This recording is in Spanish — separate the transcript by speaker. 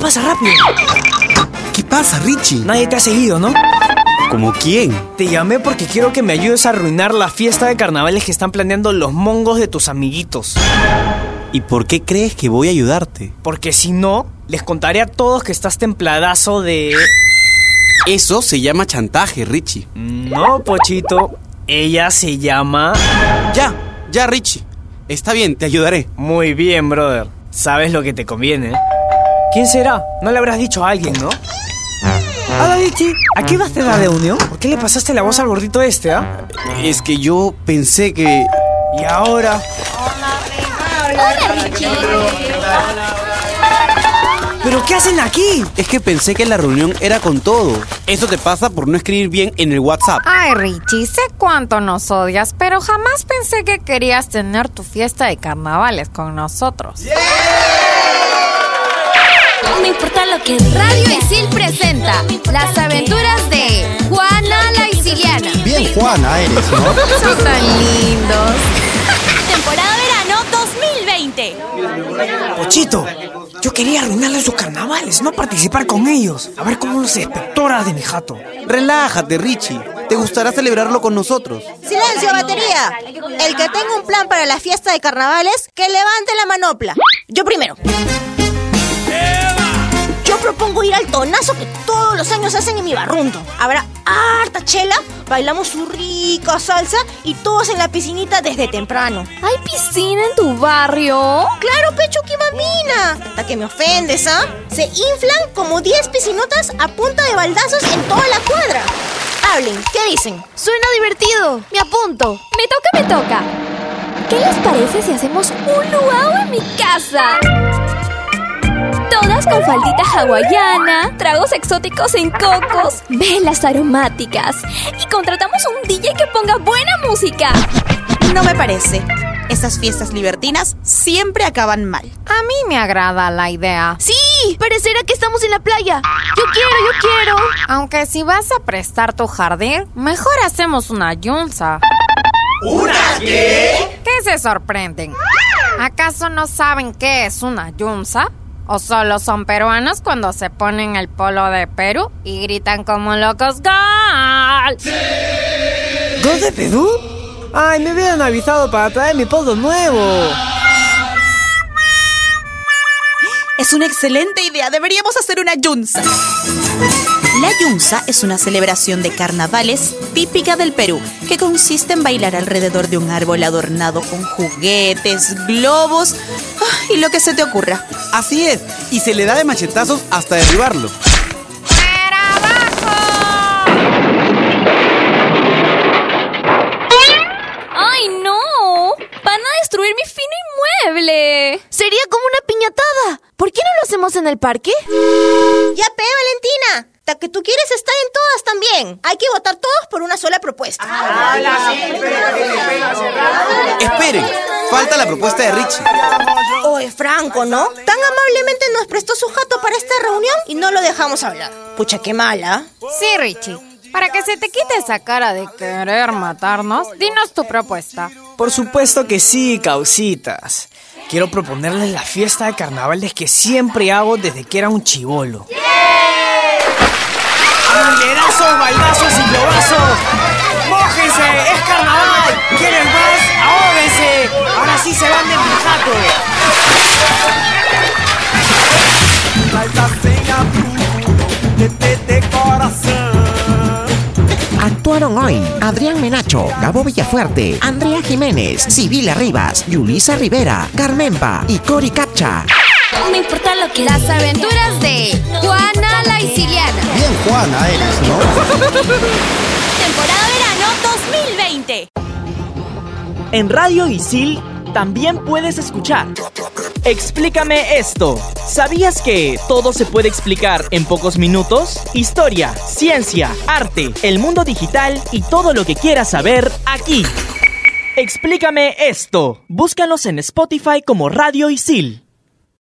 Speaker 1: pasa rápido?
Speaker 2: ¿Qué pasa, Richie?
Speaker 1: Nadie te ha seguido, ¿no?
Speaker 2: ¿Como quién?
Speaker 1: Te llamé porque quiero que me ayudes a arruinar la fiesta de carnavales que están planeando los mongos de tus amiguitos.
Speaker 2: ¿Y por qué crees que voy a ayudarte?
Speaker 1: Porque si no, les contaré a todos que estás templadazo de...
Speaker 2: Eso se llama chantaje, Richie.
Speaker 1: No, Pochito. Ella se llama...
Speaker 2: Ya, ya, Richie. Está bien, te ayudaré.
Speaker 1: Muy bien, brother. Sabes lo que te conviene. ¿Quién será? No le habrás dicho a alguien, ¿no? Hola, Vichy. ¿A qué vas te da de unión? ¿Por qué le pasaste la voz al gordito este, ah?
Speaker 2: Es que yo pensé que...
Speaker 1: Y ahora...
Speaker 3: Hola, Richie.
Speaker 1: ¿Pero qué hacen aquí?
Speaker 2: Es que pensé que la reunión era con todo. Eso te pasa por no escribir bien en el WhatsApp.
Speaker 3: Ay, Richie, sé cuánto nos odias, pero jamás pensé que querías tener tu fiesta de carnavales con nosotros.
Speaker 4: No importa lo que diga.
Speaker 3: Radio Isil presenta las aventuras de Juana la Isiliana.
Speaker 5: Bien Juana eres, ¿no?
Speaker 3: Son tan lindos.
Speaker 4: Temporada verano 2020.
Speaker 1: Pochito. Yo quería arruinarle sus carnavales, no participar con ellos. A ver cómo los espectoras de mi jato.
Speaker 2: Relájate, Richie. Te gustará celebrarlo con nosotros.
Speaker 6: Silencio, batería. El que tenga un plan para la fiesta de carnavales, que levante la manopla. Yo primero. Yo propongo ir al tonazo que todos los años hacen en mi barrunto. Habrá harta chela, bailamos su rica salsa y todos en la piscinita desde temprano.
Speaker 3: ¿Hay piscina en tu barrio?
Speaker 6: ¡Claro, Pechuqui Mamina! Hasta que me ofendes, ¿ah? Se inflan como 10 piscinotas a punta de baldazos en toda la cuadra. Hablen, ¿qué dicen?
Speaker 3: Suena divertido. Me apunto.
Speaker 4: Me toca, me toca. ¿Qué les parece si hacemos un luau en mi casa? Todas con faldita hawaiana, tragos exóticos en cocos, velas aromáticas y contratamos un DJ que ponga buena música.
Speaker 7: No me parece. Esas fiestas libertinas siempre acaban mal.
Speaker 3: A mí me agrada la idea.
Speaker 4: Sí, parecerá que estamos en la playa. Yo quiero, yo quiero.
Speaker 3: Aunque si vas a prestar tu jardín, mejor hacemos una yunza. ¿Una qué? ¿Qué se sorprenden? ¿Acaso no saben qué es una yunza? ¿O solo son peruanos cuando se ponen el polo de Perú y gritan como locos ¡Gol!
Speaker 1: ¿Dos de Perú? Ay, me hubieran avisado para traer mi polvo nuevo.
Speaker 7: Es una excelente idea. Deberíamos hacer una yunza. La yunza es una celebración de carnavales típica del Perú, que consiste en bailar alrededor de un árbol adornado con juguetes, globos ah, y lo que se te ocurra.
Speaker 2: Así es. Y se le da de machetazos hasta derribarlo.
Speaker 4: ¡Ay, no! Van a destruir mi fino inmueble.
Speaker 8: Sería como una piñatada. ¿Por qué no lo hacemos en el parque?
Speaker 6: Ya, pe, Valentina. Hasta que tú quieres estar en todas también. Hay que votar todos por una sola propuesta.
Speaker 2: Esperen, falta la propuesta de Richie.
Speaker 6: Oye, Franco, ¿no? Tan amablemente nos prestó su jato para esta reunión y no lo dejamos hablar. Pucha, qué mala.
Speaker 3: Sí, Richie. Para que se te quite esa cara de querer matarnos, dinos tu propuesta.
Speaker 1: Por supuesto que sí, causitas. Quiero proponerles la fiesta de carnavales que siempre hago desde que era un chivolo. ¡Banderazos, baldazos y globazos! ¡Mójense! ¡Es carnaval! ¿Quieren más? ¡Ahóguense! Ahora sí se van de mi jato.
Speaker 9: Actuaron hoy Adrián Menacho, Gabo Villafuerte, Andrea Jiménez, Sibila Rivas, Yulisa Rivera, Carmen Pa y Cori Capcha.
Speaker 4: No importa lo que
Speaker 3: Las
Speaker 4: diga.
Speaker 3: aventuras de Juana la Isiliana.
Speaker 5: Bien Juana eres, ¿no?
Speaker 4: Temporada verano 2020.
Speaker 10: En Radio Isil también puedes escuchar. Explícame esto. ¿Sabías que todo se puede explicar en pocos minutos? Historia, ciencia, arte, el mundo digital y todo lo que quieras saber aquí. Explícame esto. Búscanos en Spotify como Radio Isil.